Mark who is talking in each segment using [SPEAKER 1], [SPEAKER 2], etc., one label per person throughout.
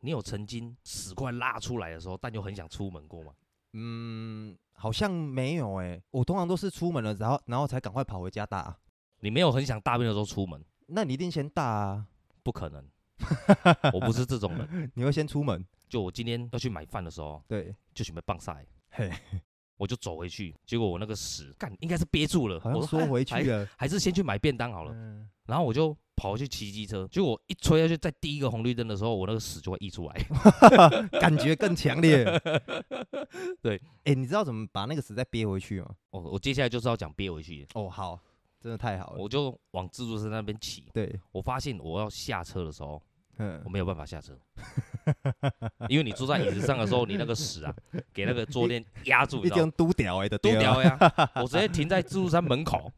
[SPEAKER 1] 你有曾经屎快拉出来的时候，但又很想出门过吗？
[SPEAKER 2] 嗯，好像没有哎、我通常都是出门了，然后然后才赶快跑回家打、
[SPEAKER 1] 你没有很想大便的时候出门，
[SPEAKER 2] 那你一定先打啊，
[SPEAKER 1] 不可能，我不是这种人。
[SPEAKER 2] 你会先出门，
[SPEAKER 1] 就我今天要去买饭的时候，
[SPEAKER 2] 对，
[SPEAKER 1] 就准备棒晒，
[SPEAKER 2] 嘿，
[SPEAKER 1] 我就走回去，结果我那个屎干应该是憋住了，
[SPEAKER 2] 好
[SPEAKER 1] 我
[SPEAKER 2] 像
[SPEAKER 1] 说
[SPEAKER 2] 缩
[SPEAKER 1] 哎
[SPEAKER 2] 回去
[SPEAKER 1] 还
[SPEAKER 2] 了。
[SPEAKER 1] 还是先去买便当好了。
[SPEAKER 2] 嗯，
[SPEAKER 1] 然后我就跑去骑机车，结果一吹下去，在第一个红绿灯的时候，我那个屎就会溢出来。
[SPEAKER 2] 感觉更强烈。
[SPEAKER 1] 对，
[SPEAKER 2] 哎、你知道怎么把那个屎再憋回去吗？
[SPEAKER 1] 哦，我接下来就是要讲憋回去，
[SPEAKER 2] 哦，好，真的太好了。
[SPEAKER 1] 我就往自助车那边骑。
[SPEAKER 2] 对，
[SPEAKER 1] 我发现我要下车的时候，
[SPEAKER 2] 嗯
[SPEAKER 1] 我，没有办法下车，因为你坐在椅子上的时候，你那个屎啊，给那个坐垫压住，你知
[SPEAKER 2] 一
[SPEAKER 1] 道
[SPEAKER 2] 定
[SPEAKER 1] 吗？
[SPEAKER 2] 嘟屌哎的，
[SPEAKER 1] 都
[SPEAKER 2] 对啊
[SPEAKER 1] 屌呀！我直接停在自助餐门口，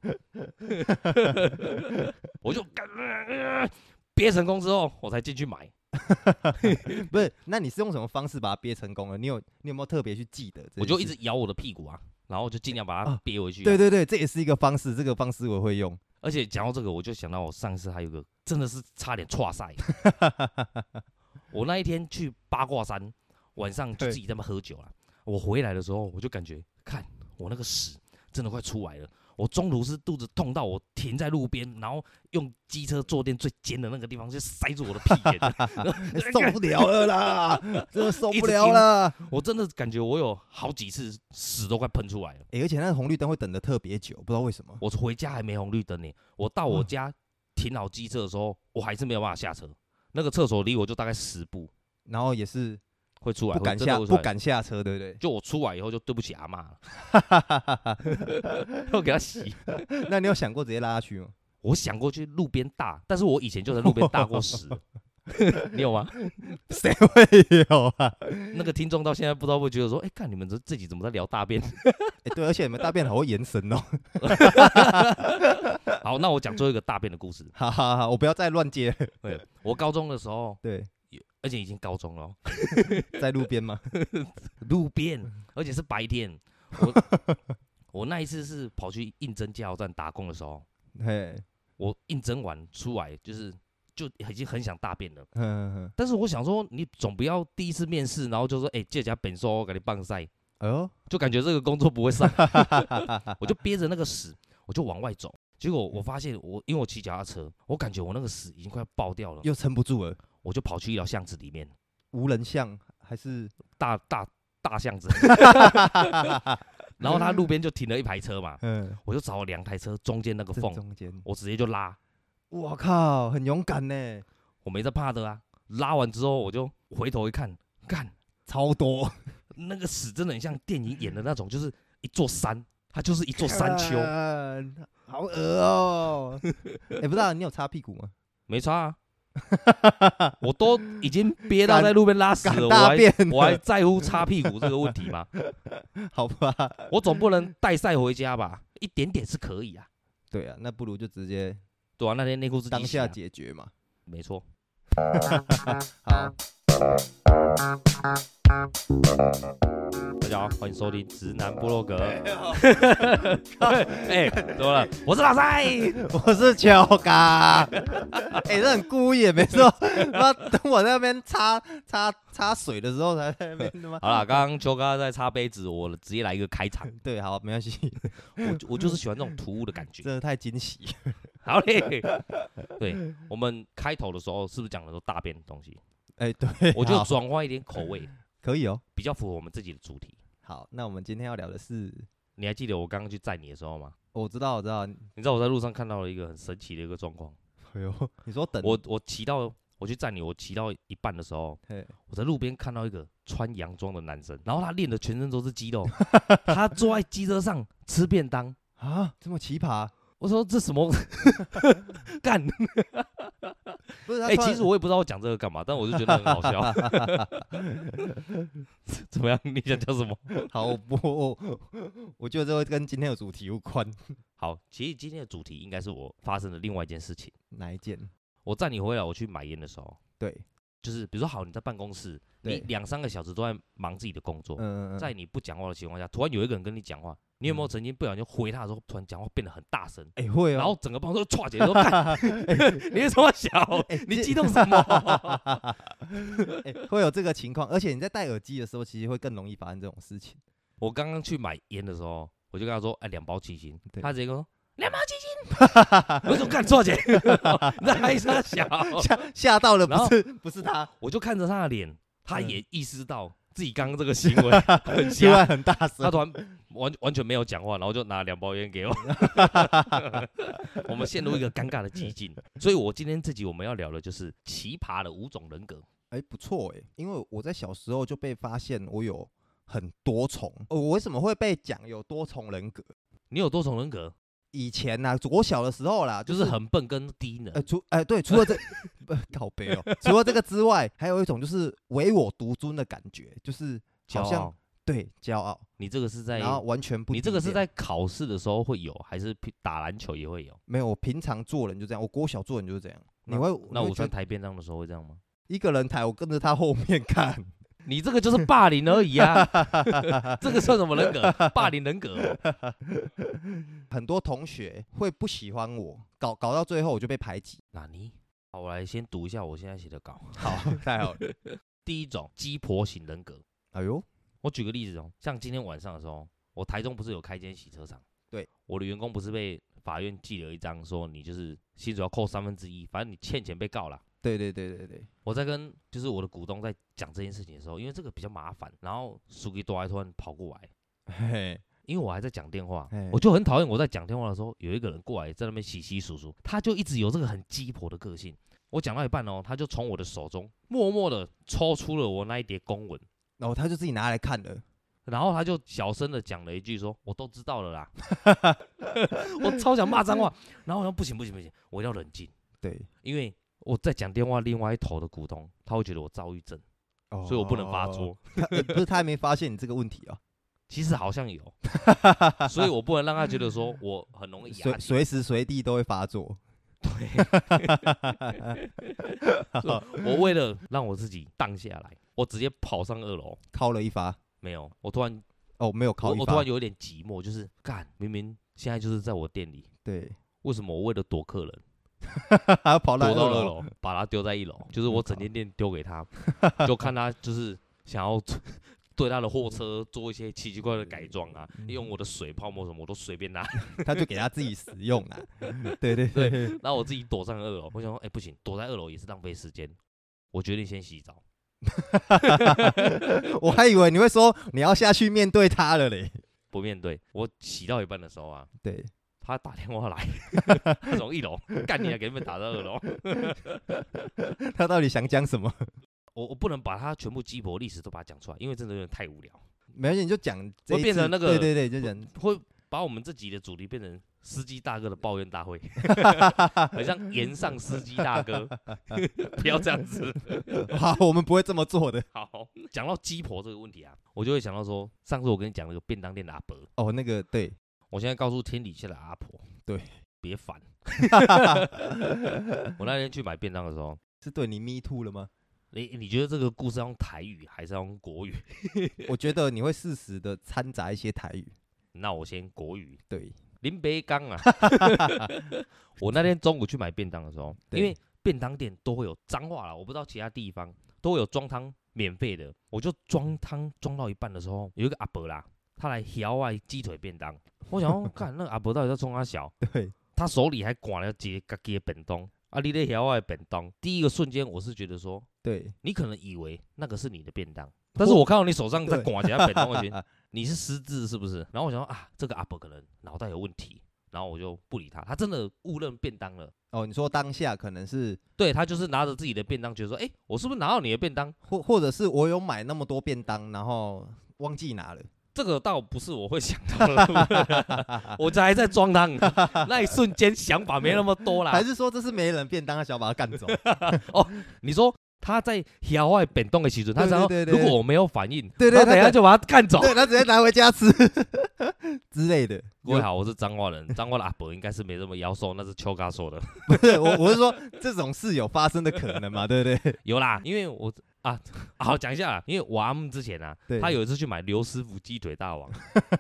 [SPEAKER 1] 我就干呃憋成功之后，我才进去买。
[SPEAKER 2] 不是，那你是用什么方式把它憋成功了？你有你有没有特别去记得？
[SPEAKER 1] 我就一直。摇我的屁股啊，然后就尽量把它
[SPEAKER 2] 啊
[SPEAKER 1] 憋回去啊、
[SPEAKER 2] 对对对，这也是一个方式，这个方式我 会用。
[SPEAKER 1] 而且讲到这个，我就想到我上次还有一个真的是差点岔赛。我那一天去八卦山，晚上就
[SPEAKER 2] 对
[SPEAKER 1] 自己在那边喝酒了。我回来的时候，我就感觉看我那个屎真的快出来了。我中途是肚子痛到我停在路边，然后用机车坐垫最尖的那个地方去塞住我的屁眼，
[SPEAKER 2] 受不了 了啦，真的受
[SPEAKER 1] 一
[SPEAKER 2] 不
[SPEAKER 1] 直
[SPEAKER 2] 了
[SPEAKER 1] 盯
[SPEAKER 2] 了。
[SPEAKER 1] 我真的感觉我有好几次屎都快喷出来了。
[SPEAKER 2] 哎、而且那个红绿灯会等的特别久，不知道为什么。
[SPEAKER 1] 我回家还没红绿灯呢，我到我家停好机车的时候，我还是没有办法下车。那个厕所离我就大概十步，
[SPEAKER 2] 然后也是
[SPEAKER 1] 会出来，
[SPEAKER 2] 不
[SPEAKER 1] 会
[SPEAKER 2] 敢
[SPEAKER 1] 真的
[SPEAKER 2] 下，
[SPEAKER 1] 会出
[SPEAKER 2] 不
[SPEAKER 1] 来。
[SPEAKER 2] 敢下车，对不对？
[SPEAKER 1] 就我出来以后就对不起阿妈了，要给她洗。
[SPEAKER 2] 那你有想过直接拉下去吗？
[SPEAKER 1] 我想过去路边大，但是我以前就在路边大过 屎，你有吗？
[SPEAKER 2] 谁会有啊？
[SPEAKER 1] 那个听众到现在不知道会觉得说，哎、看你们这自己怎么在聊大便？
[SPEAKER 2] 哎、对，而且你们大便好会延伸哦。
[SPEAKER 1] 好，那我讲最后一个大便的故事。
[SPEAKER 2] 哈哈哈，我不要再乱接了。
[SPEAKER 1] 对，我高中的时候，
[SPEAKER 2] 对，
[SPEAKER 1] 而且已经高中了哦，
[SPEAKER 2] 在路边吗？
[SPEAKER 1] 路边，而且是白天。我我那一次是跑去应征加油站打工的时候，
[SPEAKER 2] 嘿，
[SPEAKER 1] 我应征完出来就是就已经很想大便了。
[SPEAKER 2] 嗯，哼
[SPEAKER 1] 但是我想说，你总不要第一次面试，然后就说，哎、借家本硕，我给你棒晒，
[SPEAKER 2] 哎呦，
[SPEAKER 1] 就感觉这个工作不会上。 我就憋着那个屎，我就往外走。结果我发现我，因为我骑脚踏车，我感觉我那个屎已经快爆掉了，
[SPEAKER 2] 又撑不住了，
[SPEAKER 1] 我就跑去一条巷子里面，
[SPEAKER 2] 无人巷还是？ 嗯
[SPEAKER 1] 大大大巷子，然后它路边就停了一排车嘛，
[SPEAKER 2] 嗯，
[SPEAKER 1] 我就找了两台车中间那个
[SPEAKER 2] 这
[SPEAKER 1] 缝，
[SPEAKER 2] 中间，
[SPEAKER 1] 我直接就拉，
[SPEAKER 2] 我靠，很勇敢呢，
[SPEAKER 1] 我没在怕的啊。拉完之后，我就回头一看，看
[SPEAKER 2] 超多
[SPEAKER 1] 那个屎真的很像电影演的那种，就是一座山，它就是一座山丘。
[SPEAKER 2] 看 好恶哦。 哎，不知道你有擦屁股吗？
[SPEAKER 1] 没差啊，我都已经憋到在路边拉屎
[SPEAKER 2] 敢
[SPEAKER 1] 了，我
[SPEAKER 2] 大
[SPEAKER 1] 还
[SPEAKER 2] 便了
[SPEAKER 1] 我还在乎擦屁股这个问题 吗？
[SPEAKER 2] 好吧，
[SPEAKER 1] 我总不能带晒回家吧？一点点是可以啊，
[SPEAKER 2] 对啊，那不如就直接
[SPEAKER 1] 对啊，那天内裤自己
[SPEAKER 2] 当
[SPEAKER 1] 洗啊
[SPEAKER 2] 下解决嘛。
[SPEAKER 1] 没错。
[SPEAKER 2] 好，
[SPEAKER 1] 大家好，欢迎收听直男部落格。 哎，怎么了？我是老塞，
[SPEAKER 2] 我是乔嘎， 哎，这很故意耶，没错。 妈，等我在那边擦擦擦水的时候，才在那边他妈。
[SPEAKER 1] 好啦，刚刚秋哥在擦杯子，我直接来一个开场，
[SPEAKER 2] 对，好，没关系，
[SPEAKER 1] 我我就是喜欢这种突兀的感觉。
[SPEAKER 2] 真的太惊喜。
[SPEAKER 1] 好嘞，对我们开头的时候是不是讲了都大便的东西？
[SPEAKER 2] 哎，对，
[SPEAKER 1] 我就
[SPEAKER 2] 好
[SPEAKER 1] 转换一点口味，
[SPEAKER 2] 可以哦。
[SPEAKER 1] 比较符合我们自己的主题。
[SPEAKER 2] 好，那我们今天要聊的是，
[SPEAKER 1] 你还记得我刚刚去载你的时候吗？
[SPEAKER 2] 哦我知道，我知道，
[SPEAKER 1] 你知道我在路上看到了一个很神奇的一个状况，
[SPEAKER 2] 哎呦，你说等
[SPEAKER 1] 我我骑到我去载你，我骑到一半的时候，
[SPEAKER 2] 嘿
[SPEAKER 1] 我在路边看到一个穿洋装的男生，然后他练的全身都是肌 肉，他坐在机车上吃便当。
[SPEAKER 2] 啊，这么奇葩？
[SPEAKER 1] 我说这什 么干？
[SPEAKER 2] 不是，他
[SPEAKER 1] 哎、
[SPEAKER 2] 突然
[SPEAKER 1] 其实我也不知道我讲这个干嘛，但我就觉得很好笑。怎么样？你想讲什么？
[SPEAKER 2] 好，我不我我觉得这会跟今天的主题无关。
[SPEAKER 1] 好，其实今天的主题应该是我发生的另外一件事情。
[SPEAKER 2] 哪一件？
[SPEAKER 1] 我载你回来，我去买烟的时候，
[SPEAKER 2] 对，
[SPEAKER 1] 就是比如说，好，你在办公室，你
[SPEAKER 2] 对
[SPEAKER 1] 两三个小时都在忙自己的工作，
[SPEAKER 2] 嗯嗯，嗯嗯
[SPEAKER 1] 在你不讲话的情况下，突然有一个人跟你讲话，你有没有曾经不小心回他的时候，突然讲话变得很大声，
[SPEAKER 2] 哎、会哦，
[SPEAKER 1] 然后整个帮都歘姐都 看 你为什么小？你激动什么？
[SPEAKER 2] 哎会有这个情况，而且你在戴耳机的时候，其实会更容易发生这种事情。
[SPEAKER 1] 我刚刚去买烟的时候，我就跟他说：“哎，两包七星。”
[SPEAKER 2] 对
[SPEAKER 1] 他直接跟我说：“两包七 星。”我说：“干错姐，那还是他小。
[SPEAKER 2] 吓吓到了，
[SPEAKER 1] 哦然后
[SPEAKER 2] 不是不是他，”
[SPEAKER 1] 我就看着他的脸，他
[SPEAKER 2] 嗯
[SPEAKER 1] 也意识到自己刚刚这个行 为很
[SPEAKER 2] 突
[SPEAKER 1] 瞎，
[SPEAKER 2] 然很大
[SPEAKER 1] 他
[SPEAKER 2] 声，
[SPEAKER 1] 突然完完全没有讲话，然后就拿两包烟 给我，我们陷入一个尴尬的寂静。所以，我今天这集我们要聊的就是奇葩的五种人格。
[SPEAKER 2] 哎、不错哎、因为我在小时候就被发现我有很多重，哦我为什么会被讲有多重人格？
[SPEAKER 1] 你有多重人格，
[SPEAKER 2] 以前呐、我小的时候啦，
[SPEAKER 1] 就是
[SPEAKER 2] 是
[SPEAKER 1] 很笨跟低能
[SPEAKER 2] 呃，。除呃对，除了这 不靠背哦，除了这个之外，还有一种就是唯我独尊的感觉，就是
[SPEAKER 1] 骄
[SPEAKER 2] 好像
[SPEAKER 1] 傲，
[SPEAKER 2] 对骄傲，
[SPEAKER 1] 你这个是在
[SPEAKER 2] 然后完全不
[SPEAKER 1] 你
[SPEAKER 2] 低调。
[SPEAKER 1] 这个是在考试的时候会有，还是平打篮球也会有？
[SPEAKER 2] 没有？我平常做人就这样，我国小做人就是这样。你
[SPEAKER 1] 那
[SPEAKER 2] 会
[SPEAKER 1] 那
[SPEAKER 2] 你会
[SPEAKER 1] 午
[SPEAKER 2] 觉
[SPEAKER 1] 餐
[SPEAKER 2] 得
[SPEAKER 1] 台便当的时候会这样吗？
[SPEAKER 2] 一个人抬，我跟着他后面看，
[SPEAKER 1] 你这个就是霸凌而已啊，这个算什么人格？霸凌人格哦、
[SPEAKER 2] 很多同学会不喜欢我，搞搞到最后我就被排 挤。
[SPEAKER 1] 那你好，我来先读一下我现在写的稿。
[SPEAKER 2] 好，太好了。
[SPEAKER 1] 第一种鸡婆型人格，
[SPEAKER 2] 哎呦，
[SPEAKER 1] 我举个例子哦，像今天晚上的时候，我台中不是有开间洗车场，
[SPEAKER 2] 对，
[SPEAKER 1] 我的员工不是被法院记了一张，说你就是薪水要扣三分之一，反正你欠钱被告了。
[SPEAKER 2] 对对对对对，
[SPEAKER 1] 我在跟就是我的股东在讲这件事情的时候，因为这个比较麻烦，然后苏吉多还突然跑过来，
[SPEAKER 2] 嘿，
[SPEAKER 1] 因为我还在讲电话
[SPEAKER 2] 嘿，
[SPEAKER 1] 我就很讨厌我在讲电话的时候，有一个人过来在那边洗洗簌簌，他就一直有这个很鸡婆的个性。我讲到一半哦，他就从我的手中默默的抽出了我那一叠公文，
[SPEAKER 2] 然后他就自己拿来看了。
[SPEAKER 1] 然后他就小声的讲了一句说：“我都知道了 啦。” 我超想骂脏话，然后我说：“不行不行不行，我要冷静，
[SPEAKER 2] 对，
[SPEAKER 1] 因为我在讲电话，另外一头的股东他会觉得我躁郁症，
[SPEAKER 2] 所
[SPEAKER 1] 所以我不能发作。。
[SPEAKER 2] 他呃不是他还没发现你这个问题 哦，
[SPEAKER 1] 其实好 像有，所以我不能让他觉得说我很容易压
[SPEAKER 2] 随
[SPEAKER 1] 力。
[SPEAKER 2] 随时随地都会发作。
[SPEAKER 1] 所以我为了让我自己荡下来，我直接跑上二楼。
[SPEAKER 2] 敲了一发，
[SPEAKER 1] 没有，我突然
[SPEAKER 2] 哦，没有
[SPEAKER 1] 我
[SPEAKER 2] 敲一
[SPEAKER 1] 我
[SPEAKER 2] 发。
[SPEAKER 1] 突然有点寂寞，就是干，明明现在就是在我店里，
[SPEAKER 2] 对，
[SPEAKER 1] 为什么我为了躲客人，
[SPEAKER 2] 还要跑到
[SPEAKER 1] 躲到
[SPEAKER 2] 二
[SPEAKER 1] 二
[SPEAKER 2] 楼。
[SPEAKER 1] 楼，把他丢在一楼，就是我整间店丢给他，就看他就是想要对他的货车做一些奇奇怪怪的改装啊，用我的水泡沫什么我都随便拿，
[SPEAKER 2] 他就给他自己使用啦。对对
[SPEAKER 1] 对
[SPEAKER 2] 对，
[SPEAKER 1] 然后我自己躲上二楼，我想说，哎、不行，躲在二楼也是浪费时间，我决定先洗澡。
[SPEAKER 2] 我还以为你会说你要下去面对他了嘞。
[SPEAKER 1] 不面对。我洗到一半的时候啊，
[SPEAKER 2] 对，
[SPEAKER 1] 他打电话来， 他从一楼干你啊，给你们打到二楼。
[SPEAKER 2] 他到底想讲什么？
[SPEAKER 1] 我我不能把他全部鸡婆历史都把它讲出来，因为真的有点太无聊，
[SPEAKER 2] 没关系，你就讲这
[SPEAKER 1] 我
[SPEAKER 2] 一次。
[SPEAKER 1] 变成那个
[SPEAKER 2] 对对对，就 讲
[SPEAKER 1] 会把我们这集的主题变成司机大哥的抱怨大会，很像延上司机大哥， 不要这样子。
[SPEAKER 2] 好，我们不会这么 做的。
[SPEAKER 1] 好，讲到鸡婆这个问题啊，我就会想到说，上次我跟你讲那个便当店的阿伯，
[SPEAKER 2] 哦，那个 对，
[SPEAKER 1] 我现在告诉天底下的阿婆，
[SPEAKER 2] 对，
[SPEAKER 1] 别烦。我那天去买便当的时候，
[SPEAKER 2] 是对你 me too 了 吗？
[SPEAKER 1] 你你觉得这个故事要用台语还是要用国语？
[SPEAKER 2] 我觉得你会适时的掺杂一些台语。
[SPEAKER 1] 那我先国语，
[SPEAKER 2] 对，
[SPEAKER 1] 林北刚啊。 我那天中午去买便当的时候，
[SPEAKER 2] 对
[SPEAKER 1] 因为便当店都会有脏话啦，我不知道其他地方都会有装汤免费的，我就装汤装到一半的时候，有一个阿伯啦，他来摇外鸡腿便当，我想说，看那个阿伯到底在冲他小，
[SPEAKER 2] 对，
[SPEAKER 1] 他手里还管了几个己的便当，啊，你在摇外便当，第一个瞬间我是觉得说，
[SPEAKER 2] 对，
[SPEAKER 1] 你可能以为那个是你的便当，但是我看到你手上在
[SPEAKER 2] 对
[SPEAKER 1] 刮夹本当， 我觉得你是失智是不是？然后我想说啊，这个阿伯可能脑袋有问题，然后我就不理他，他真的误认便当了。
[SPEAKER 2] 哦，你说当下可能是，
[SPEAKER 1] 对他就是拿着自己的便当，觉得说，哎、我是不是拿到你的便当？
[SPEAKER 2] 或或者是我有买那么多便当，然后忘记拿了。
[SPEAKER 1] 这个倒不是我会想到 的，我这还在装汤，那一瞬间想法没那么多啦
[SPEAKER 2] 还。是说这是没人便当，他想把他干走？
[SPEAKER 1] 你说他在摇外本动的时候，他想
[SPEAKER 2] 对
[SPEAKER 1] 说，
[SPEAKER 2] 对对对
[SPEAKER 1] 如果我没有反应，
[SPEAKER 2] 对对
[SPEAKER 1] 他等一
[SPEAKER 2] 他
[SPEAKER 1] 下就把他干 走。
[SPEAKER 2] 对，他直接拿回家吃 之类的。
[SPEAKER 1] 各 位好，我是彰化人，彰化的阿伯应该是没这么妖兽，那是秋嘎说的。
[SPEAKER 2] 不是我，我是说这种事有发生的可能嘛，对不对？
[SPEAKER 1] 有啦，因为我啊好，讲一下啦，因为我阿姆之前啊
[SPEAKER 2] 对，
[SPEAKER 1] 他有一次去买刘师傅鸡腿大 王，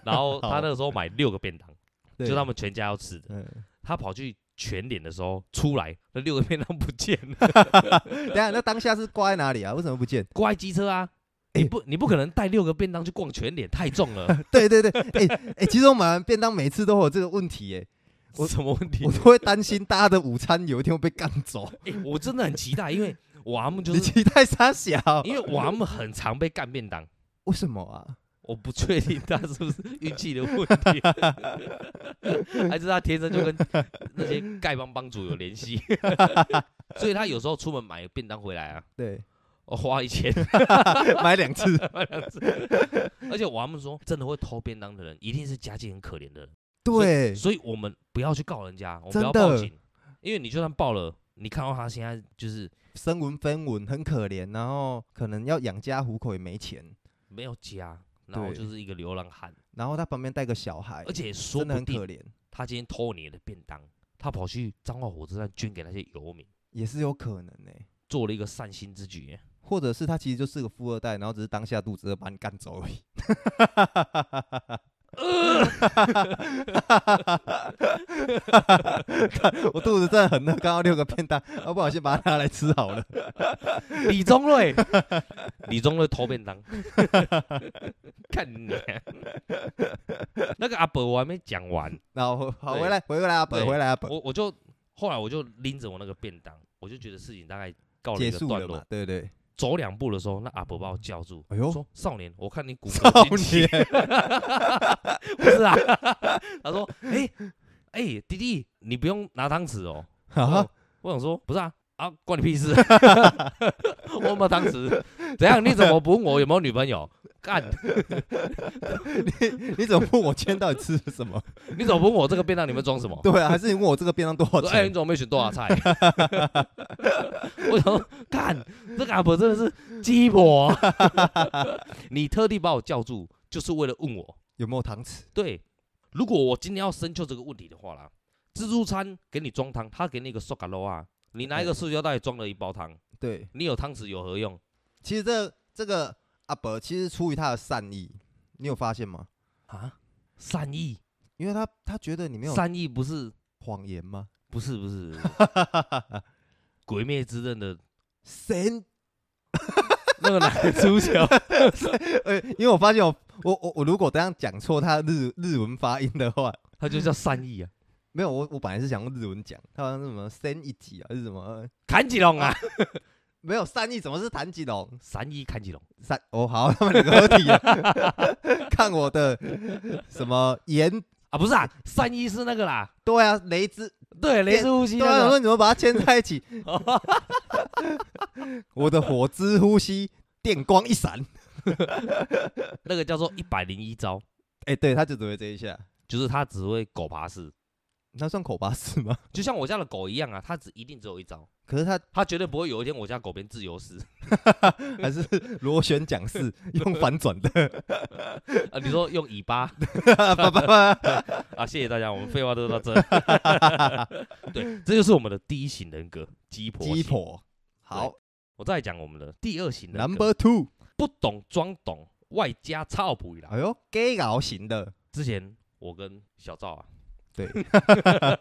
[SPEAKER 1] 然后他
[SPEAKER 2] 好
[SPEAKER 1] 那个时候买六个便当，
[SPEAKER 2] 对
[SPEAKER 1] 就他们全家要吃的。
[SPEAKER 2] 嗯，
[SPEAKER 1] 他跑去全脸的时候出来，那六个便当不见了，
[SPEAKER 2] 等一下那当下是挂在哪里啊？为什么不见？
[SPEAKER 1] 怪机车啊！
[SPEAKER 2] 哎
[SPEAKER 1] 你不你不可能带六个便当去逛全脸，太重了。
[SPEAKER 2] 对对对，哎、哎、其实我买完便当每次都会有这个问 题、哎， 我
[SPEAKER 1] 什么问题
[SPEAKER 2] 我？都会担心大家的午餐有一天会被干走。
[SPEAKER 1] 哎我真的很期待，因为我阿姆 就
[SPEAKER 2] 你
[SPEAKER 1] 是
[SPEAKER 2] 期待啥小？
[SPEAKER 1] 因为我阿姆很常被干便当，
[SPEAKER 2] 为什么啊？
[SPEAKER 1] 我不确定他是 不是运气的问题， 还是他天生就跟那些丐帮帮主有联 系，所以他有时候出门买便当回来啊，
[SPEAKER 2] 对，
[SPEAKER 1] 我花一千
[SPEAKER 2] 买 两次，
[SPEAKER 1] 买两次，而且我阿姆说，真的会偷便当的人一定是家境很可怜的人，
[SPEAKER 2] 对，
[SPEAKER 1] 所以我们不要去告人家，我们
[SPEAKER 2] 真
[SPEAKER 1] 不
[SPEAKER 2] 的
[SPEAKER 1] 要报警，因为你就算报了，你看到他现在就是
[SPEAKER 2] 身无分文，很可怜，然后可能要养家糊口也没钱，
[SPEAKER 1] 没有家，然后
[SPEAKER 2] 对
[SPEAKER 1] 就是一个流浪汉，
[SPEAKER 2] 然后他旁边带个小孩，
[SPEAKER 1] 而且说
[SPEAKER 2] 真的
[SPEAKER 1] 不
[SPEAKER 2] 很
[SPEAKER 1] 定
[SPEAKER 2] 可怜，
[SPEAKER 1] 他今天偷你的便当，他跑去彰化火车站捐给那些游民，
[SPEAKER 2] 也是有可能呢、
[SPEAKER 1] 做了一个善心之举。
[SPEAKER 2] 或者是他其实就是个富二代，然后只是当下肚子饿把你干走而已。 看我肚子真的很饿，刚好六个便当，要不然我先把它拿来吃好了。
[SPEAKER 1] 李宗 瑞，李宗瑞偷便当，看你啊、那个阿伯我还没讲完，
[SPEAKER 2] 然后好
[SPEAKER 1] 对
[SPEAKER 2] 回来，回来啊，本
[SPEAKER 1] 对
[SPEAKER 2] 回来啊，本
[SPEAKER 1] 我我就后来我就拎着我那个便当，我就觉得事情大概告了一
[SPEAKER 2] 结
[SPEAKER 1] 个
[SPEAKER 2] 束
[SPEAKER 1] 段
[SPEAKER 2] 了嘛
[SPEAKER 1] 落。？
[SPEAKER 2] 对对，
[SPEAKER 1] 走两步的时候，那阿伯把我叫住，
[SPEAKER 2] 哎呦
[SPEAKER 1] 说：“少年，我看你骨
[SPEAKER 2] 少
[SPEAKER 1] 骼惊奇。不是啊，他说：“哎、哎、弟弟，你不用拿汤匙哦。”
[SPEAKER 2] 啊
[SPEAKER 1] 哦，我想说，不是啊，啊，关你屁 事！ 我有没有当时怎样？你怎么不问我有没有女朋 友？干，
[SPEAKER 2] 你怎么问我今天到底吃了什么？
[SPEAKER 1] 你怎么不问我这个便当里面装什么？
[SPEAKER 2] 对啊，还是你问我这个便当多少
[SPEAKER 1] 说哎、你
[SPEAKER 2] 钱？
[SPEAKER 1] 怎么没选多少 菜？我想说，干，这个阿伯真的是鸡婆，啊 你特地把我叫住，就是为了问我。
[SPEAKER 2] 有没有糖吃？
[SPEAKER 1] 对，如果我今天要深究这个问题的话啦，自助餐给你装汤，他给你一个 s o a 啊，你拿一个塑胶袋装了一包汤，
[SPEAKER 2] 对，
[SPEAKER 1] 你有汤匙有何用
[SPEAKER 2] 其实这这个阿伯其实出于他的善意，你有发现吗？
[SPEAKER 1] 啊？善意。
[SPEAKER 2] 因为他他觉得你没有
[SPEAKER 1] 三亿不是
[SPEAKER 2] 谎言吗？
[SPEAKER 1] 不是不 是，鬼灭之刃的
[SPEAKER 2] 神
[SPEAKER 1] 那个男主角，
[SPEAKER 2] 呃，因为我发现我我我我如果这样讲错他日日文发音的话，
[SPEAKER 1] 他就叫三亿啊，
[SPEAKER 2] 没有我我本来是想用日文讲，他好像是什么三一级啊，还是什么呃
[SPEAKER 1] 砍几龙啊，
[SPEAKER 2] 没有三一怎么是谭吉龙
[SPEAKER 1] 三亿砍几龙，
[SPEAKER 2] 三哦好，他们两个合体啊， 看我的什么言
[SPEAKER 1] 啊，不是啊，三亿是那个啦，
[SPEAKER 2] 对啊雷之
[SPEAKER 1] 对，雷之呼吸
[SPEAKER 2] 对啊，
[SPEAKER 1] 那
[SPEAKER 2] 我
[SPEAKER 1] 个，
[SPEAKER 2] 说你怎么把它牵在一起？我的火之呼吸电光一闪，
[SPEAKER 1] 那个叫做一百零一招，
[SPEAKER 2] 哎、对，他就只会这一下，
[SPEAKER 1] 就是他只会狗爬式，
[SPEAKER 2] 那算口巴式吗？
[SPEAKER 1] 就像我家的狗一样啊，它只一定只有一招，
[SPEAKER 2] 可是他
[SPEAKER 1] 它绝对不会有一天我家狗变自由式
[SPEAKER 2] 还是螺旋桨式用反转的，
[SPEAKER 1] 啊，你说用尾 巴
[SPEAKER 2] 叭叭叭。
[SPEAKER 1] 啊，谢谢大家，我们废话都到这， 对，这就是我们的第一型人格，鸡婆型，
[SPEAKER 2] 鸡婆。好
[SPEAKER 1] 我再讲我们的第二型人格。
[SPEAKER 2] ，Number Two，
[SPEAKER 1] 不懂装懂，外加操不啦。
[SPEAKER 2] 哎呦，gay 佬型的，
[SPEAKER 1] 之前我跟小赵啊，
[SPEAKER 2] 对，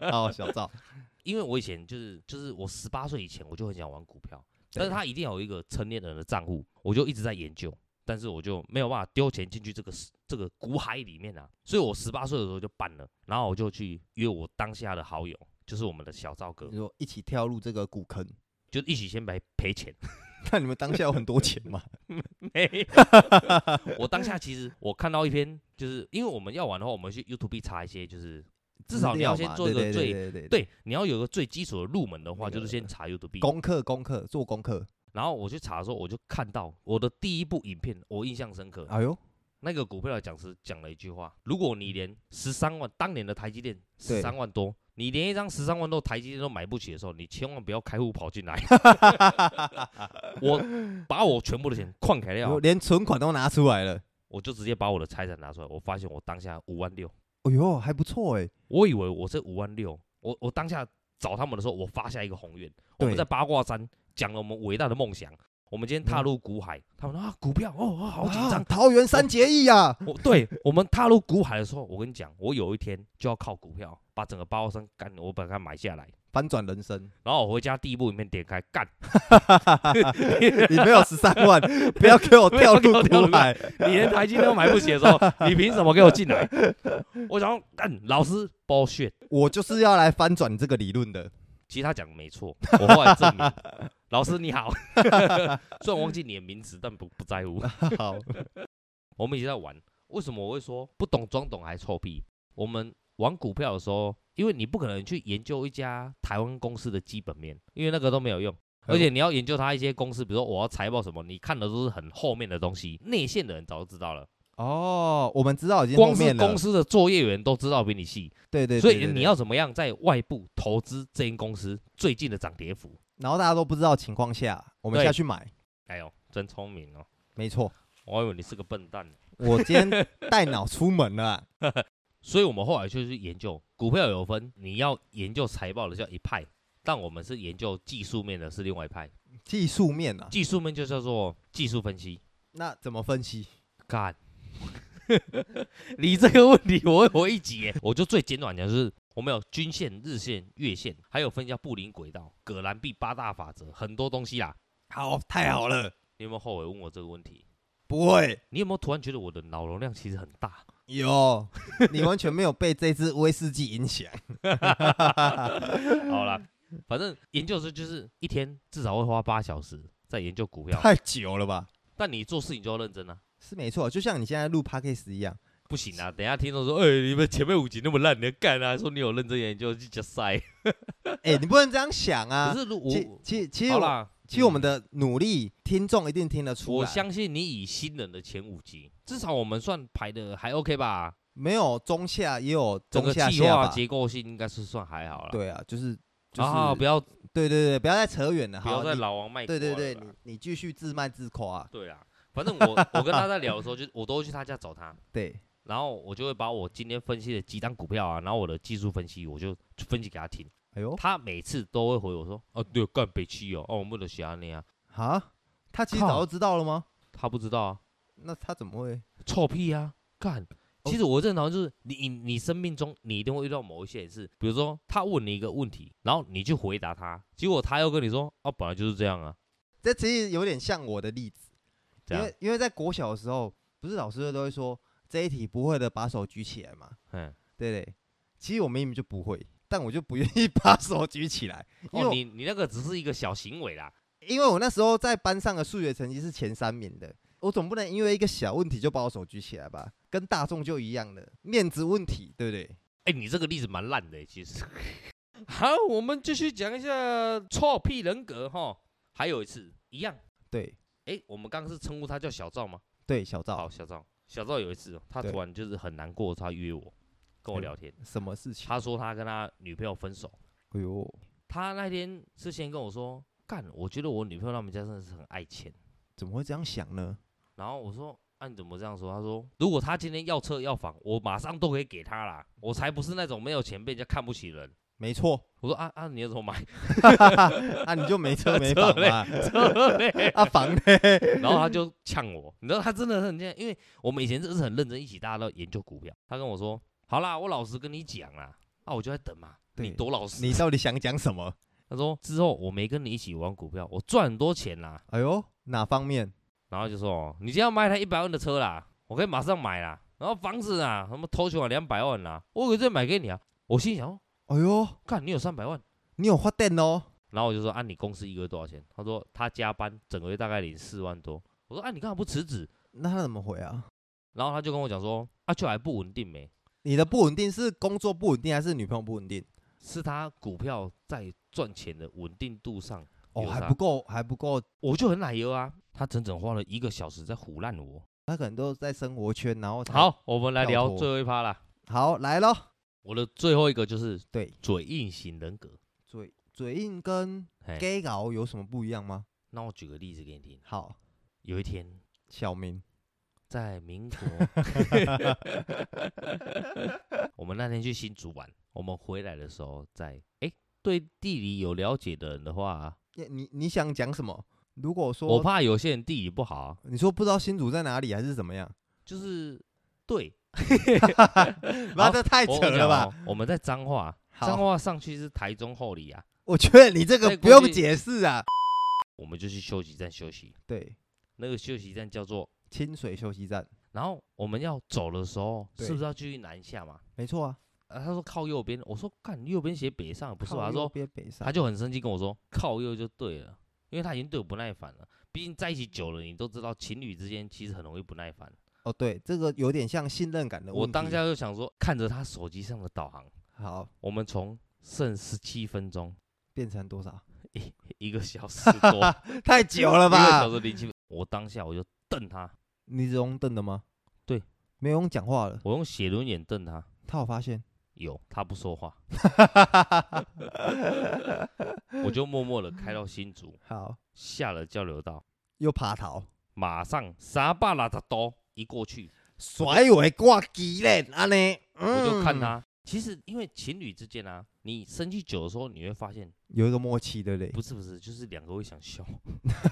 [SPEAKER 2] 哦，小赵，
[SPEAKER 1] 因为我以前就是就是我十八岁以前我就很想玩股票，
[SPEAKER 2] 对
[SPEAKER 1] 但是他一定有一个成年人的账户，我就一直在研究，但是我就没有办法丢钱进去这个这个股海里面啊，所以我十八岁的时候就办了，然后我就去约我当下的好友，就是我们的小赵哥
[SPEAKER 2] 你，说一起跳入这个股坑，
[SPEAKER 1] 就一起先来赔钱。
[SPEAKER 2] 那你们当下有很多钱吗？
[SPEAKER 1] 没有， 我当下其实我看到一篇，就是因为我们要玩的话，我们去 YouTube 查一些，就是 至少你要先做一个
[SPEAKER 2] 对对
[SPEAKER 1] 最
[SPEAKER 2] 对对对
[SPEAKER 1] 对，你要有个最基础的入门的话，
[SPEAKER 2] 那个
[SPEAKER 1] 就是先查 YouTube。
[SPEAKER 2] 功课功课做功课，
[SPEAKER 1] 然后我去查的时候，我就看到我的第一部影片，我印象深刻。
[SPEAKER 2] 哎呦，
[SPEAKER 1] 那个股票的讲师讲了一句话：如果你连十三万，当年的台积电十三万多，你连一张十三万多台积电都买不起的时候，你千万不要开户跑进 来。我把我全部的钱框开了
[SPEAKER 2] 我，连存款都拿出来了，
[SPEAKER 1] 我就直接把我的财产拿出来，我发现我当下五万六，
[SPEAKER 2] 哎呦，还不错哎，
[SPEAKER 1] 我以为我这五万六，我我当下找他们的时候，我发下一个宏愿，我们
[SPEAKER 2] 对
[SPEAKER 1] 在八卦山讲了我们伟大的梦想，我们今天踏入股海，他们说啊股票哦哦好紧张
[SPEAKER 2] 嗯啊， 桃园三结义啊！
[SPEAKER 1] 我对我们踏入股海的时候，我跟你讲，我有一天就要靠股票把整个包山干，我把它买下来。
[SPEAKER 2] 反转人生，
[SPEAKER 1] 然后我回家第一部影片点开， 干，
[SPEAKER 2] 你没有十三 万，不要给我跳
[SPEAKER 1] 不要
[SPEAKER 2] 入
[SPEAKER 1] 给我跳
[SPEAKER 2] 股
[SPEAKER 1] 入
[SPEAKER 2] 海。
[SPEAKER 1] 你连台积电都买不起的时候，你凭什么给我进来？我想说干，老师 bullshit。
[SPEAKER 2] 我就是要来翻转你这个理论的。
[SPEAKER 1] 其实他讲的没错， 我后来证明，老师你好， 虽然忘记你的名字，但不不在乎。
[SPEAKER 2] 好，
[SPEAKER 1] 我们一起在玩。为什么我会说不懂装懂还臭屁？我们玩股票的时候，因为你不可能去研究一家台湾公司的基本面，因为那个都没有用。而且你要研究它一些公司，比如说我要财报什么，你看的都是很后面的东西，内线的人早就知道了，
[SPEAKER 2] 哦，我们知道已经后
[SPEAKER 1] 光是
[SPEAKER 2] 面了
[SPEAKER 1] 公，司的作业员都知道比你细，
[SPEAKER 2] 对对，对
[SPEAKER 1] 所以
[SPEAKER 2] 对
[SPEAKER 1] 你
[SPEAKER 2] 对
[SPEAKER 1] 要怎么样在外部投资这间公司最近的涨跌幅？
[SPEAKER 2] 然后大家都不知道情况下，我们
[SPEAKER 1] 对
[SPEAKER 2] 下去买，
[SPEAKER 1] 哎呦，真聪明哦！
[SPEAKER 2] 没错。
[SPEAKER 1] 我以为你是个笨蛋。
[SPEAKER 2] 我今天带脑出门了 啊，
[SPEAKER 1] 所以我们后来就去研究股票有分，你要研究财报的叫一派，但我们是研究技术面的是另外一派。
[SPEAKER 2] 技术面啊，
[SPEAKER 1] 技术面就叫做技术分析。
[SPEAKER 2] 那怎么分析？
[SPEAKER 1] 干， 你这个问题我会回一集耶，我就最简短讲就是。我们有均线、日线、月线，还有分叫布林轨道、葛兰碧八大法则，很多东西啦。
[SPEAKER 2] 好，太好了，
[SPEAKER 1] 你有没有后悔问我这个问题？
[SPEAKER 2] 不会
[SPEAKER 1] 你有没有突然觉得我的脑容量其实很大？
[SPEAKER 2] 有，你完全没有被这支威士忌 影响。嗯
[SPEAKER 1] 好啦，反正研究生就是一天至少会花八小时在研究股票，
[SPEAKER 2] 太久了吧？
[SPEAKER 1] 但你做事情就要认真啊，
[SPEAKER 2] 是没错，就像你现在录 podcast 一样，
[SPEAKER 1] 不行啊！等一下听众说，哎、你们前面五集那么烂，你要干啊？说你有认真研究就加塞，
[SPEAKER 2] 哎、 你不能这样想啊
[SPEAKER 1] 可。是如
[SPEAKER 2] 其
[SPEAKER 1] 我
[SPEAKER 2] 其其实
[SPEAKER 1] 好
[SPEAKER 2] 我
[SPEAKER 1] 啦，
[SPEAKER 2] 其实我
[SPEAKER 1] 嗯
[SPEAKER 2] 们的努力，听众一定听得出
[SPEAKER 1] 我
[SPEAKER 2] 来。
[SPEAKER 1] 相信你以新人的前五集，至少我们算排的还 OK 吧？
[SPEAKER 2] 没有中下，也有
[SPEAKER 1] 整
[SPEAKER 2] 中
[SPEAKER 1] 个
[SPEAKER 2] 下
[SPEAKER 1] 计
[SPEAKER 2] 下
[SPEAKER 1] 划
[SPEAKER 2] 吧。
[SPEAKER 1] 结构性应该是算还好了。
[SPEAKER 2] 对啊，就是就是、
[SPEAKER 1] 啊，不要不
[SPEAKER 2] 对对对，不要再扯远了。
[SPEAKER 1] 要
[SPEAKER 2] 好，
[SPEAKER 1] 再
[SPEAKER 2] 你
[SPEAKER 1] 老王卖
[SPEAKER 2] 对对
[SPEAKER 1] 瓜了
[SPEAKER 2] 对，
[SPEAKER 1] 啦
[SPEAKER 2] 你你继续自卖自夸、啊。
[SPEAKER 1] 对啦，反正我我跟他在聊的时候，就我都会去他家找他。
[SPEAKER 2] 对，
[SPEAKER 1] 然后我就会把我今天分析的几档股票啊，然后我的技术分析，我就分析给他听。
[SPEAKER 2] 哎呦，
[SPEAKER 1] 他每次都会回我说：“哦、对，干北七哦，哦，我们的喜安你啊。
[SPEAKER 2] 哈，他其实
[SPEAKER 1] 靠
[SPEAKER 2] 早就知道了吗？”
[SPEAKER 1] 他不知道啊，
[SPEAKER 2] 那他怎么会？
[SPEAKER 1] 臭屁啊，干。
[SPEAKER 2] 哦
[SPEAKER 1] 其实我这人好像就是你，你你生命中你一定会遇到某一些人是，比如说他问你一个问题，然后你去回答他，结果他又跟你说：“哦，本来就是这样啊。
[SPEAKER 2] 这其实有点像我的例子，”
[SPEAKER 1] 这
[SPEAKER 2] 因
[SPEAKER 1] 样，
[SPEAKER 2] 为因为在国小的时候，不是老师都会说这一题不会的把手举起来嘛，
[SPEAKER 1] 嗯，
[SPEAKER 2] 对不对？其实我明明就不会，但我就不愿意 把手举起来，因为
[SPEAKER 1] 哦，
[SPEAKER 2] 我
[SPEAKER 1] 你你那个只是一个小行为啦，
[SPEAKER 2] 因为我那时候在班上的数学成绩是前三名的，我总不能因为一个小问题就把我手举起来吧，跟大众就一样的面子问题，对不对？
[SPEAKER 1] 哎、你这个例子蛮烂的欸，其实。 好，我们继续讲一下臭屁人格哈。还有一次一样，
[SPEAKER 2] 对
[SPEAKER 1] 哎、我们刚刚是称呼他叫小赵吗？
[SPEAKER 2] 对，小赵
[SPEAKER 1] 好，，小赵，小赵有一次哦，他
[SPEAKER 2] 对
[SPEAKER 1] 突然就是很难过，他约我跟我
[SPEAKER 2] 哎
[SPEAKER 1] 聊天，
[SPEAKER 2] 什么事情？
[SPEAKER 1] 他说他跟他女朋友分手，
[SPEAKER 2] 哎呦，
[SPEAKER 1] 他那天是先跟我说，干，我觉得我女朋友他们家真的是很爱钱。
[SPEAKER 2] 怎么会这样想呢？
[SPEAKER 1] 然后我说，啊，你怎么这样说？他说，如果他今天要车要房，我马上都可以给他啦，我才不是那种没有钱被人家看不起的人。
[SPEAKER 2] 没错，
[SPEAKER 1] 我说啊啊，你要怎么买？
[SPEAKER 2] 啊，你就没车 没
[SPEAKER 1] 车
[SPEAKER 2] 房
[SPEAKER 1] 嘞
[SPEAKER 2] 嘛，
[SPEAKER 1] 车嘞
[SPEAKER 2] 啊，房嘞，
[SPEAKER 1] 然后他就呛我，你知道他真的很这样，因为我们以前真的是很认真，一起大家都研究股票。他跟我说：“好啦，我老实跟你讲啦，啊，我就在等嘛，
[SPEAKER 2] 对
[SPEAKER 1] 你多老实。
[SPEAKER 2] 你到底想讲什么？”
[SPEAKER 1] 他说：“之后我没跟你一起玩股票，我赚很多钱啦。
[SPEAKER 2] 哎呦，哪方面？”
[SPEAKER 1] 然后就说：“哦，你今天要买一台一百万的车啦，我可以马上买啦。然后房子啊，什么投球啊，两百万啦，我可以再买给你啊。”我心想哦：“
[SPEAKER 2] 哎呦，
[SPEAKER 1] 看你有三百万。”
[SPEAKER 2] 你有发电哦？
[SPEAKER 1] 然后我就说：“啊，你公司一个月多少钱？”他说：“他加班，整个月大概领四万多。”我说：“啊，你干嘛不辞职
[SPEAKER 2] 那他怎么回啊？？”
[SPEAKER 1] 然后他就跟我讲说：“啊，就还不稳定没。”
[SPEAKER 2] 你的不稳定是工作不稳定，还是女朋友不稳定？
[SPEAKER 1] 是他股票在赚钱的稳定度上，
[SPEAKER 2] 哦，
[SPEAKER 1] 有
[SPEAKER 2] 还
[SPEAKER 1] 差
[SPEAKER 2] 不够，还不够，
[SPEAKER 1] 我就很奶油啊。他整整花了一个小时在唬烂我。
[SPEAKER 2] 他可能都在生活圈，然后才
[SPEAKER 1] 好，我们来
[SPEAKER 2] 跳
[SPEAKER 1] 聊
[SPEAKER 2] 脱
[SPEAKER 1] 最后一趴啦。
[SPEAKER 2] 好来咯，
[SPEAKER 1] 我的最后一个就是
[SPEAKER 2] 对
[SPEAKER 1] 嘴硬型人格。
[SPEAKER 2] 嘴嘴硬跟
[SPEAKER 1] 嘿
[SPEAKER 2] gay 搞有什么不一样吗？
[SPEAKER 1] 那我举个例子给你听。
[SPEAKER 2] 好，
[SPEAKER 1] 有一天，
[SPEAKER 2] 小明，
[SPEAKER 1] 在民 国，我们那天去新竹玩，我们回来的时候在，哎，对地理有了解的人的话，
[SPEAKER 2] 你你你想讲什么？如果说
[SPEAKER 1] 我怕有些人地理不好啊，
[SPEAKER 2] 你说不知道新竹在哪里还是怎么样，
[SPEAKER 1] 就是对，
[SPEAKER 2] 妈这太
[SPEAKER 1] 我
[SPEAKER 2] 扯
[SPEAKER 1] 我讲
[SPEAKER 2] 了吧
[SPEAKER 1] 哦？我们在彰化，
[SPEAKER 2] 好
[SPEAKER 1] 彰化上去是台中后里啊，
[SPEAKER 2] 我觉得你这个
[SPEAKER 1] 再
[SPEAKER 2] 不
[SPEAKER 1] 过
[SPEAKER 2] 用
[SPEAKER 1] 去
[SPEAKER 2] 解释啊。
[SPEAKER 1] 我们就去休息站休息，
[SPEAKER 2] 对，
[SPEAKER 1] 那个休息站叫做，
[SPEAKER 2] 清水休息站，
[SPEAKER 1] 然后我们要走的时候，
[SPEAKER 2] 对
[SPEAKER 1] 是不是要继续南下嘛？
[SPEAKER 2] 没错啊。
[SPEAKER 1] 啊，他说靠右边，我说看右边写北上不是吧？
[SPEAKER 2] 靠
[SPEAKER 1] 他
[SPEAKER 2] 啊右
[SPEAKER 1] 说
[SPEAKER 2] 边北上
[SPEAKER 1] 他，就很生气跟我说靠右就对了，因为他已经对我不耐烦了。毕竟在一起久了，你都知道情侣之间其实很容易不耐烦。
[SPEAKER 2] 哦，对，这个有点像信任感的
[SPEAKER 1] 我
[SPEAKER 2] 问题。
[SPEAKER 1] 当下就想说，看着他手机上的导航，
[SPEAKER 2] 好
[SPEAKER 1] 我们从剩十七分钟，
[SPEAKER 2] 变成多少？
[SPEAKER 1] 一个小时多，
[SPEAKER 2] 太久了
[SPEAKER 1] 一个小
[SPEAKER 2] 吧？
[SPEAKER 1] 时零七分。我当下我就瞪他，
[SPEAKER 2] 你只用瞪的吗？
[SPEAKER 1] 对，
[SPEAKER 2] 没有用讲话了。
[SPEAKER 1] 我用写轮眼瞪他，
[SPEAKER 2] 他有发现，
[SPEAKER 1] 有他不说话， 我就默默的开到新竹，
[SPEAKER 2] 好，
[SPEAKER 1] 下了交流道，
[SPEAKER 2] 又爬逃，
[SPEAKER 1] 马上沙巴拉达多一过去，
[SPEAKER 2] 甩尾挂机嘞，安尼。
[SPEAKER 1] 我就看
[SPEAKER 2] 嗯
[SPEAKER 1] 他。其实因为情侣之间啊，你生气久的时候，你会发现
[SPEAKER 2] 有一个默契，对不对？
[SPEAKER 1] 不是不是，就是两个会想笑。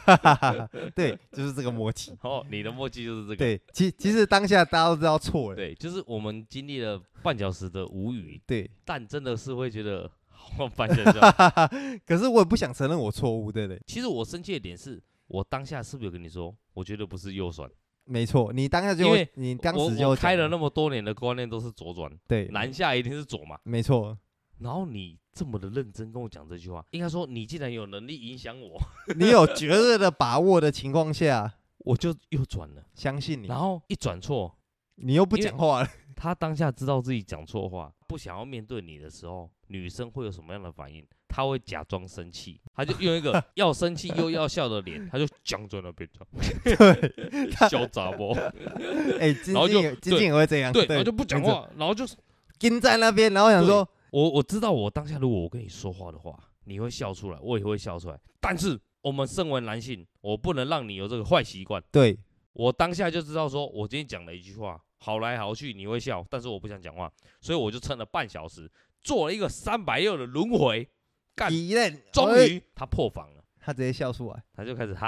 [SPEAKER 2] 对，就是这个默契。
[SPEAKER 1] 哦，你的默契就是这个。
[SPEAKER 2] 对，其其实当下大家都知道错了。
[SPEAKER 1] 对，就是我们经历了半小时的无语，
[SPEAKER 2] 对，
[SPEAKER 1] 但真的是会觉得好半小时。啊
[SPEAKER 2] 可是我也不想承认我错误，对不对？
[SPEAKER 1] 其实我生气的点是，我当下是不是有跟你说，我觉得不是右转，
[SPEAKER 2] 没错，你当下就
[SPEAKER 1] 因为
[SPEAKER 2] 你当
[SPEAKER 1] 我
[SPEAKER 2] 时就
[SPEAKER 1] 我开
[SPEAKER 2] 讲
[SPEAKER 1] 了那么多年的观念都是左转，
[SPEAKER 2] 对，
[SPEAKER 1] 南下一定是左嘛。
[SPEAKER 2] 没错，
[SPEAKER 1] 然后你这么的认真跟我讲这句话，应该说你既然有能力影响我，
[SPEAKER 2] 你有绝对的把握的情况下，
[SPEAKER 1] 我就右转了。
[SPEAKER 2] 相信 你
[SPEAKER 1] 然，后一转错，
[SPEAKER 2] 你又不
[SPEAKER 1] 因为
[SPEAKER 2] 讲话了，
[SPEAKER 1] 他当下知道自己讲错话，不想要面对你的时候，女生会有什么样的反应？她会假装生气，她就用一 个要生气又要笑的脸，她就僵在那边这样， 对，小杂包，
[SPEAKER 2] 哎，金
[SPEAKER 1] 然后就
[SPEAKER 2] 靖也金靖也会这 样，
[SPEAKER 1] 对，然后就不讲
[SPEAKER 2] 没错
[SPEAKER 1] 话，然后就是
[SPEAKER 2] 跟在那边，然后想说，
[SPEAKER 1] 我我知道我当下如果我跟你说话的话，你会笑出来，我也会笑出来，但是我们身为男性，我不能让你有这个坏习惯。
[SPEAKER 2] 对，
[SPEAKER 1] 我当下就知道说，我今天讲了一句话，好来好去你会笑，但是我不想讲话，所以我就撑了半小时，做了一个三百六的轮回，干
[SPEAKER 2] 体验，
[SPEAKER 1] 终
[SPEAKER 2] 哎
[SPEAKER 1] 于他破防了，
[SPEAKER 2] 他直接笑出来，
[SPEAKER 1] 他就开始 哈，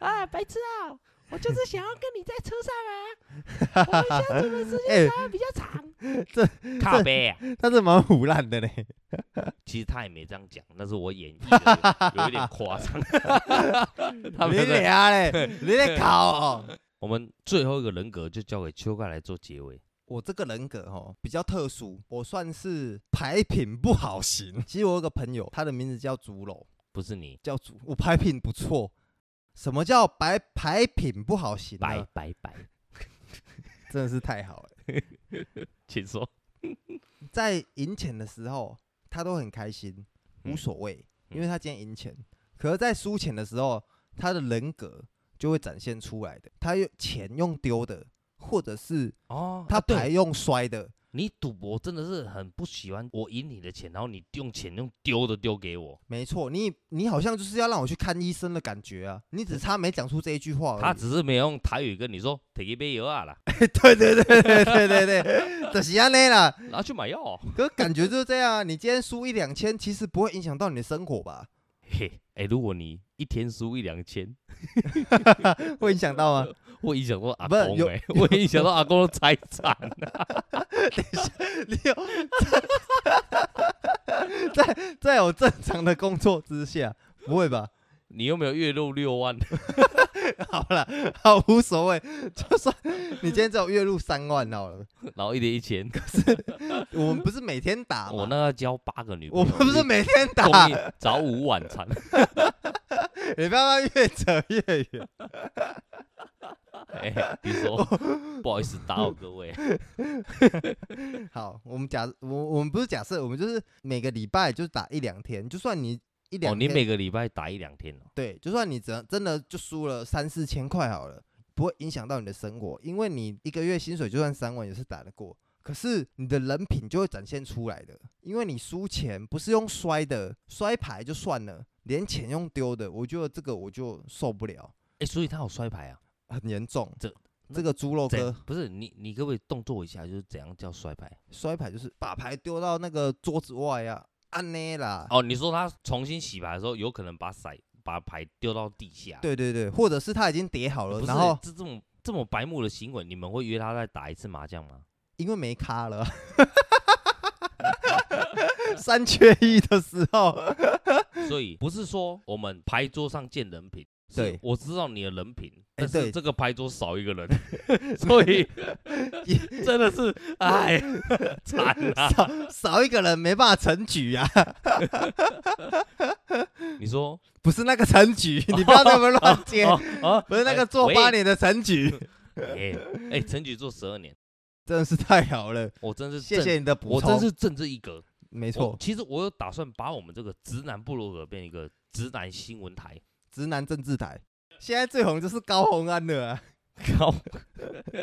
[SPEAKER 3] 啊，白痴啊！我就是想要跟你在车上啊，我们相处的时间
[SPEAKER 2] 哎，
[SPEAKER 3] 比较长。
[SPEAKER 1] 咖啡啊，
[SPEAKER 2] 他是蛮胡乱的嘞，
[SPEAKER 1] 其实他也没这样讲，但是我演绎的有有一点夸张， 他
[SPEAKER 2] 你
[SPEAKER 1] 们在
[SPEAKER 2] 俩嘞，你在考哦。
[SPEAKER 1] 我们最后一个人格就交给秋盖来做结尾，
[SPEAKER 2] 我这个人格哦比较特殊，我算是牌品不好型。其实我有个朋友，他的名字叫竹楼，
[SPEAKER 1] 不是你，
[SPEAKER 2] 叫竹，我 牌品不错。什么叫牌牌品不好型呢？
[SPEAKER 1] 拜拜拜，
[SPEAKER 2] 真的是太好了。
[SPEAKER 1] 请说，
[SPEAKER 2] 在赢钱的时候，他都很开心，无
[SPEAKER 1] 嗯
[SPEAKER 2] 所谓，
[SPEAKER 1] 嗯
[SPEAKER 2] 因为他今天赢钱。可是，在输钱的时候，他的人格就会展现出来的。他用钱用丢的，或者是
[SPEAKER 1] 哦，
[SPEAKER 2] 他
[SPEAKER 1] 啊对
[SPEAKER 2] 牌用摔的，
[SPEAKER 1] 你赌博真的是很不喜欢我赢你的钱，然后你用钱用丢的丢给我，
[SPEAKER 2] 没错，你你好像就是要让我去看医生的感觉啊！你只差没讲出这一句话而已。
[SPEAKER 1] 他只是没有用台语跟你说“提一杯油啊啦
[SPEAKER 2] 对对对对对对对， 就是安内啦。”，
[SPEAKER 1] 然后去买药哦。
[SPEAKER 2] 可是感觉就是这样啊！你今天输一两千，其实不会影响到你的生活吧？
[SPEAKER 1] 嘿，哎、如果你一天输一两千，
[SPEAKER 2] 会影响到吗？
[SPEAKER 1] 会影响到阿
[SPEAKER 2] 不
[SPEAKER 1] 公
[SPEAKER 2] 有
[SPEAKER 1] 哎、 会影响到阿公的财产。
[SPEAKER 2] 你有在在有正常的工作之下，不会吧？
[SPEAKER 1] 你有没有月入六万？
[SPEAKER 2] 好了，好无所谓，就算你今天只有月入三万好了，
[SPEAKER 1] 然后一天一千，
[SPEAKER 2] 我们不是每天打
[SPEAKER 1] 我
[SPEAKER 2] 吗？
[SPEAKER 1] 那要交八个女朋
[SPEAKER 2] 我
[SPEAKER 1] 友，
[SPEAKER 2] 们不是每天
[SPEAKER 1] 供
[SPEAKER 2] 打，
[SPEAKER 1] 应早午晚餐。
[SPEAKER 2] 你不要越扯越远。
[SPEAKER 1] 哎、你 说，不好意思打扰各位。
[SPEAKER 2] 好，我们假我我们不是假设，我们就是每个礼拜就是打一两天，就算你一
[SPEAKER 1] 哦，
[SPEAKER 2] 两
[SPEAKER 1] 你
[SPEAKER 2] 天，
[SPEAKER 1] 每个礼拜打一两天哦。
[SPEAKER 2] 对，就算你真真的就输了三四千块好了，不会影响到你的生活，因为你一个月薪水就算三万也是打得过。可是你的人品就会展现出来的，因为你输钱不是用摔的，摔牌就算了，连钱用丢的，我觉得这个我就受不了，
[SPEAKER 1] 哎、所以他有摔牌啊？
[SPEAKER 2] 很严重。
[SPEAKER 1] 这
[SPEAKER 2] 这个猪肉
[SPEAKER 1] 怎
[SPEAKER 2] 哥
[SPEAKER 1] 不是你，你可不可以动作一下，就是怎样叫摔牌？
[SPEAKER 2] 摔牌就是把牌丢到那个桌子外啊，安内啦，
[SPEAKER 1] 哦哦，你说他重新洗牌的时候，有可能把骰把牌丢到地下。
[SPEAKER 2] 对对对，或者是他已经叠好
[SPEAKER 1] 不
[SPEAKER 2] 了，
[SPEAKER 1] 是，
[SPEAKER 2] 然后
[SPEAKER 1] 这这种这么白目的行为，你们会约他再打一次麻将吗？
[SPEAKER 2] 因为没咖了， 三缺一的时候，
[SPEAKER 1] 所 以不是说我们牌桌上见人品，是
[SPEAKER 2] 对
[SPEAKER 1] 我知道你的人品，
[SPEAKER 2] 哎
[SPEAKER 1] 但是
[SPEAKER 2] 对
[SPEAKER 1] 这个牌桌少一个 人，所以 真的是 哎惨啊！
[SPEAKER 2] 少少一个人没办法成局啊，
[SPEAKER 1] 你说
[SPEAKER 2] 不是那个 成局，你不要那么乱接，
[SPEAKER 1] 哦哦，
[SPEAKER 2] 不是那
[SPEAKER 1] 哎
[SPEAKER 2] 个做八，
[SPEAKER 1] 喂
[SPEAKER 2] 年的成局，
[SPEAKER 1] 哎哎，陈局做十二年，
[SPEAKER 2] 真的是太好了，
[SPEAKER 1] 我真 是
[SPEAKER 2] 谢
[SPEAKER 1] 正
[SPEAKER 2] 谢，你的补
[SPEAKER 1] 我真
[SPEAKER 2] 充，
[SPEAKER 1] 是正这一格，
[SPEAKER 2] 没
[SPEAKER 1] 没
[SPEAKER 2] 错，
[SPEAKER 1] 哦其实我有打算把我们这个直男部落格变一个直男新闻台，
[SPEAKER 2] 直男政治台。现在最红就是高红安了、啊，
[SPEAKER 1] 高，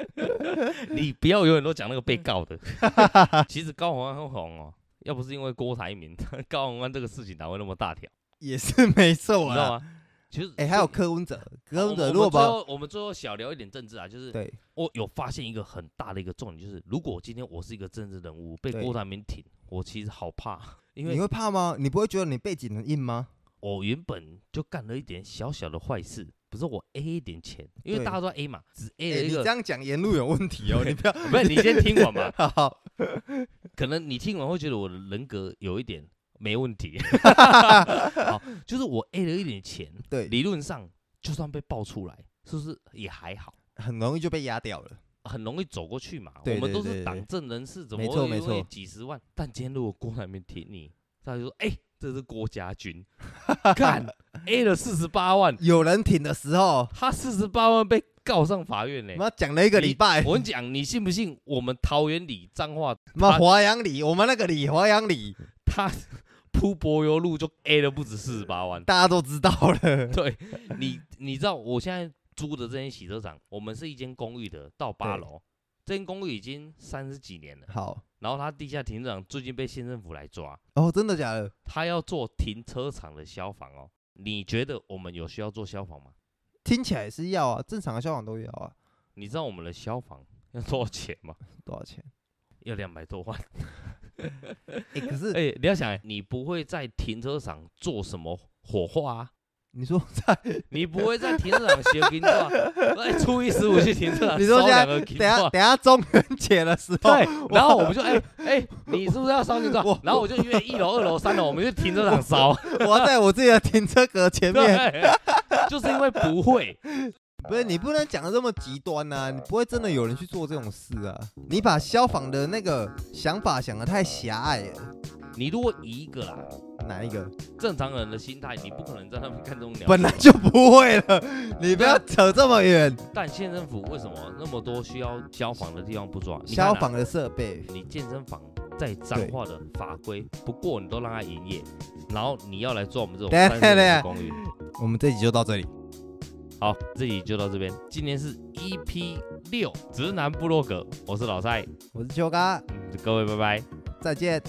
[SPEAKER 1] 你不要永远都讲那个
[SPEAKER 2] 嗯
[SPEAKER 1] 被告的。 其实高洪安很红哦，要不是因为郭台铭， 高洪安这个事情哪会那么大条，
[SPEAKER 2] 也是没
[SPEAKER 1] 你
[SPEAKER 2] 错
[SPEAKER 1] 知道
[SPEAKER 2] 啊。
[SPEAKER 1] 吗？其实，
[SPEAKER 2] 哎、还有柯文哲，柯
[SPEAKER 1] 我
[SPEAKER 2] 文
[SPEAKER 1] 们
[SPEAKER 2] 哲
[SPEAKER 1] 我
[SPEAKER 2] 如果
[SPEAKER 1] 们最
[SPEAKER 2] 把
[SPEAKER 1] 后我们最后小聊一点政治啊，就是
[SPEAKER 2] 对
[SPEAKER 1] 我有发现一个很大的一个重点，就是如果今天我是一个政治人物被
[SPEAKER 2] 对
[SPEAKER 1] 郭台铭挺，我其实好怕，因
[SPEAKER 2] 你
[SPEAKER 1] 为
[SPEAKER 2] 会怕吗？你不会觉得你背景很硬吗？
[SPEAKER 1] 我原本就干了一点小小的坏事，不是我 A 一点钱，因为
[SPEAKER 2] 对
[SPEAKER 1] 大家都在 A 嘛，只 A
[SPEAKER 2] 哎
[SPEAKER 1] 了一
[SPEAKER 2] 你这
[SPEAKER 1] 个。
[SPEAKER 2] 样讲言路有问 题哦，你不要。
[SPEAKER 1] 不是你先听我 嘛，
[SPEAKER 2] 好好，
[SPEAKER 1] 可能你听完会觉得我的人格有一点没问题，好，就是我 A 了一点钱，
[SPEAKER 2] 对，
[SPEAKER 1] 理论上就算被爆出来，是不是也还好？
[SPEAKER 2] 很容易就被压掉了。
[SPEAKER 1] 很容易走过去嘛，
[SPEAKER 2] 对
[SPEAKER 1] 我们
[SPEAKER 2] 对
[SPEAKER 1] 都
[SPEAKER 2] 对
[SPEAKER 1] 是
[SPEAKER 2] 对
[SPEAKER 1] 党政人士，怎么
[SPEAKER 2] 没错
[SPEAKER 1] 会
[SPEAKER 2] 没
[SPEAKER 1] 因为
[SPEAKER 2] 错
[SPEAKER 1] 几十万？但今天如果郭台铭挺你，他就说：“哎、这是郭家 军，看 A 了四十八万，
[SPEAKER 2] 有人挺的时候，
[SPEAKER 1] 他四十八万被告上法院呢、
[SPEAKER 2] 妈哎讲了一个礼拜，
[SPEAKER 1] 我跟哎你讲，你信不信？我们桃园里彰化
[SPEAKER 2] 妈
[SPEAKER 1] 他
[SPEAKER 2] 华阳里，我们那个里华阳里，
[SPEAKER 1] 他铺柏油路就 A 了不止四十八万。”
[SPEAKER 2] 大家都知道了。
[SPEAKER 1] 对你，你知道我现在租的这间洗车场，我们是一间公寓的，到八
[SPEAKER 2] 对
[SPEAKER 1] 楼。这间公寓已经三十几年了，
[SPEAKER 2] 好，
[SPEAKER 1] 然后它地下停车场最近被县政府来抓，
[SPEAKER 2] 哦，真的假的？
[SPEAKER 1] 它要做停车场的消防哦。你觉得我们有需要做消防吗？
[SPEAKER 2] 听起来是要啊，正常的消防都要啊。
[SPEAKER 1] 你知道我们的消防要多少钱吗？
[SPEAKER 2] 多少钱？
[SPEAKER 1] 要两百多万。
[SPEAKER 2] 哎、可是、
[SPEAKER 1] 哎、你要想欸，你不会在停车场做什么火化啊？
[SPEAKER 2] 你说在，
[SPEAKER 1] 你 不会在停车场学冰啊？哎，初一十五去停车场
[SPEAKER 2] 你说
[SPEAKER 1] 啊烧
[SPEAKER 2] 现在
[SPEAKER 1] 两个
[SPEAKER 2] 等
[SPEAKER 1] 金
[SPEAKER 2] 下等下中元节的时候，
[SPEAKER 1] 对，然后我们就哎哎，你是不是要烧金砖
[SPEAKER 2] 我？
[SPEAKER 1] 然后我就约一楼、二楼、三楼，我们就停车场烧。
[SPEAKER 2] 我要在我自己的停车格前面，
[SPEAKER 1] 对，就是因为不会，
[SPEAKER 2] 不是你不能讲的这么极端呐、你不会真的有人去做这种事啊！你把消防的那个想法想的太狭隘了，
[SPEAKER 1] 你如果以一个啦
[SPEAKER 2] 哪一个？
[SPEAKER 1] 正常人的心态，你不可能在那边看这种鸟。
[SPEAKER 2] 本来就不会了，你不要扯这么远。
[SPEAKER 1] 但县政府为什么那么多需要消防的地方不抓？你看啊
[SPEAKER 2] 消，防的设备，
[SPEAKER 1] 你健身房在彰化的法规不过，你都让它营业，然后你要来做我们这种
[SPEAKER 2] 等一下
[SPEAKER 1] 三十
[SPEAKER 2] 等一
[SPEAKER 1] 年
[SPEAKER 2] 下
[SPEAKER 1] 的公寓。
[SPEAKER 2] 我们这集就到这里。
[SPEAKER 1] 好，这里就到这边。今年是 E EP 六直男部落格，我是老蔡，
[SPEAKER 2] 我是秋哥，
[SPEAKER 1] 嗯各位拜拜。
[SPEAKER 2] 再见。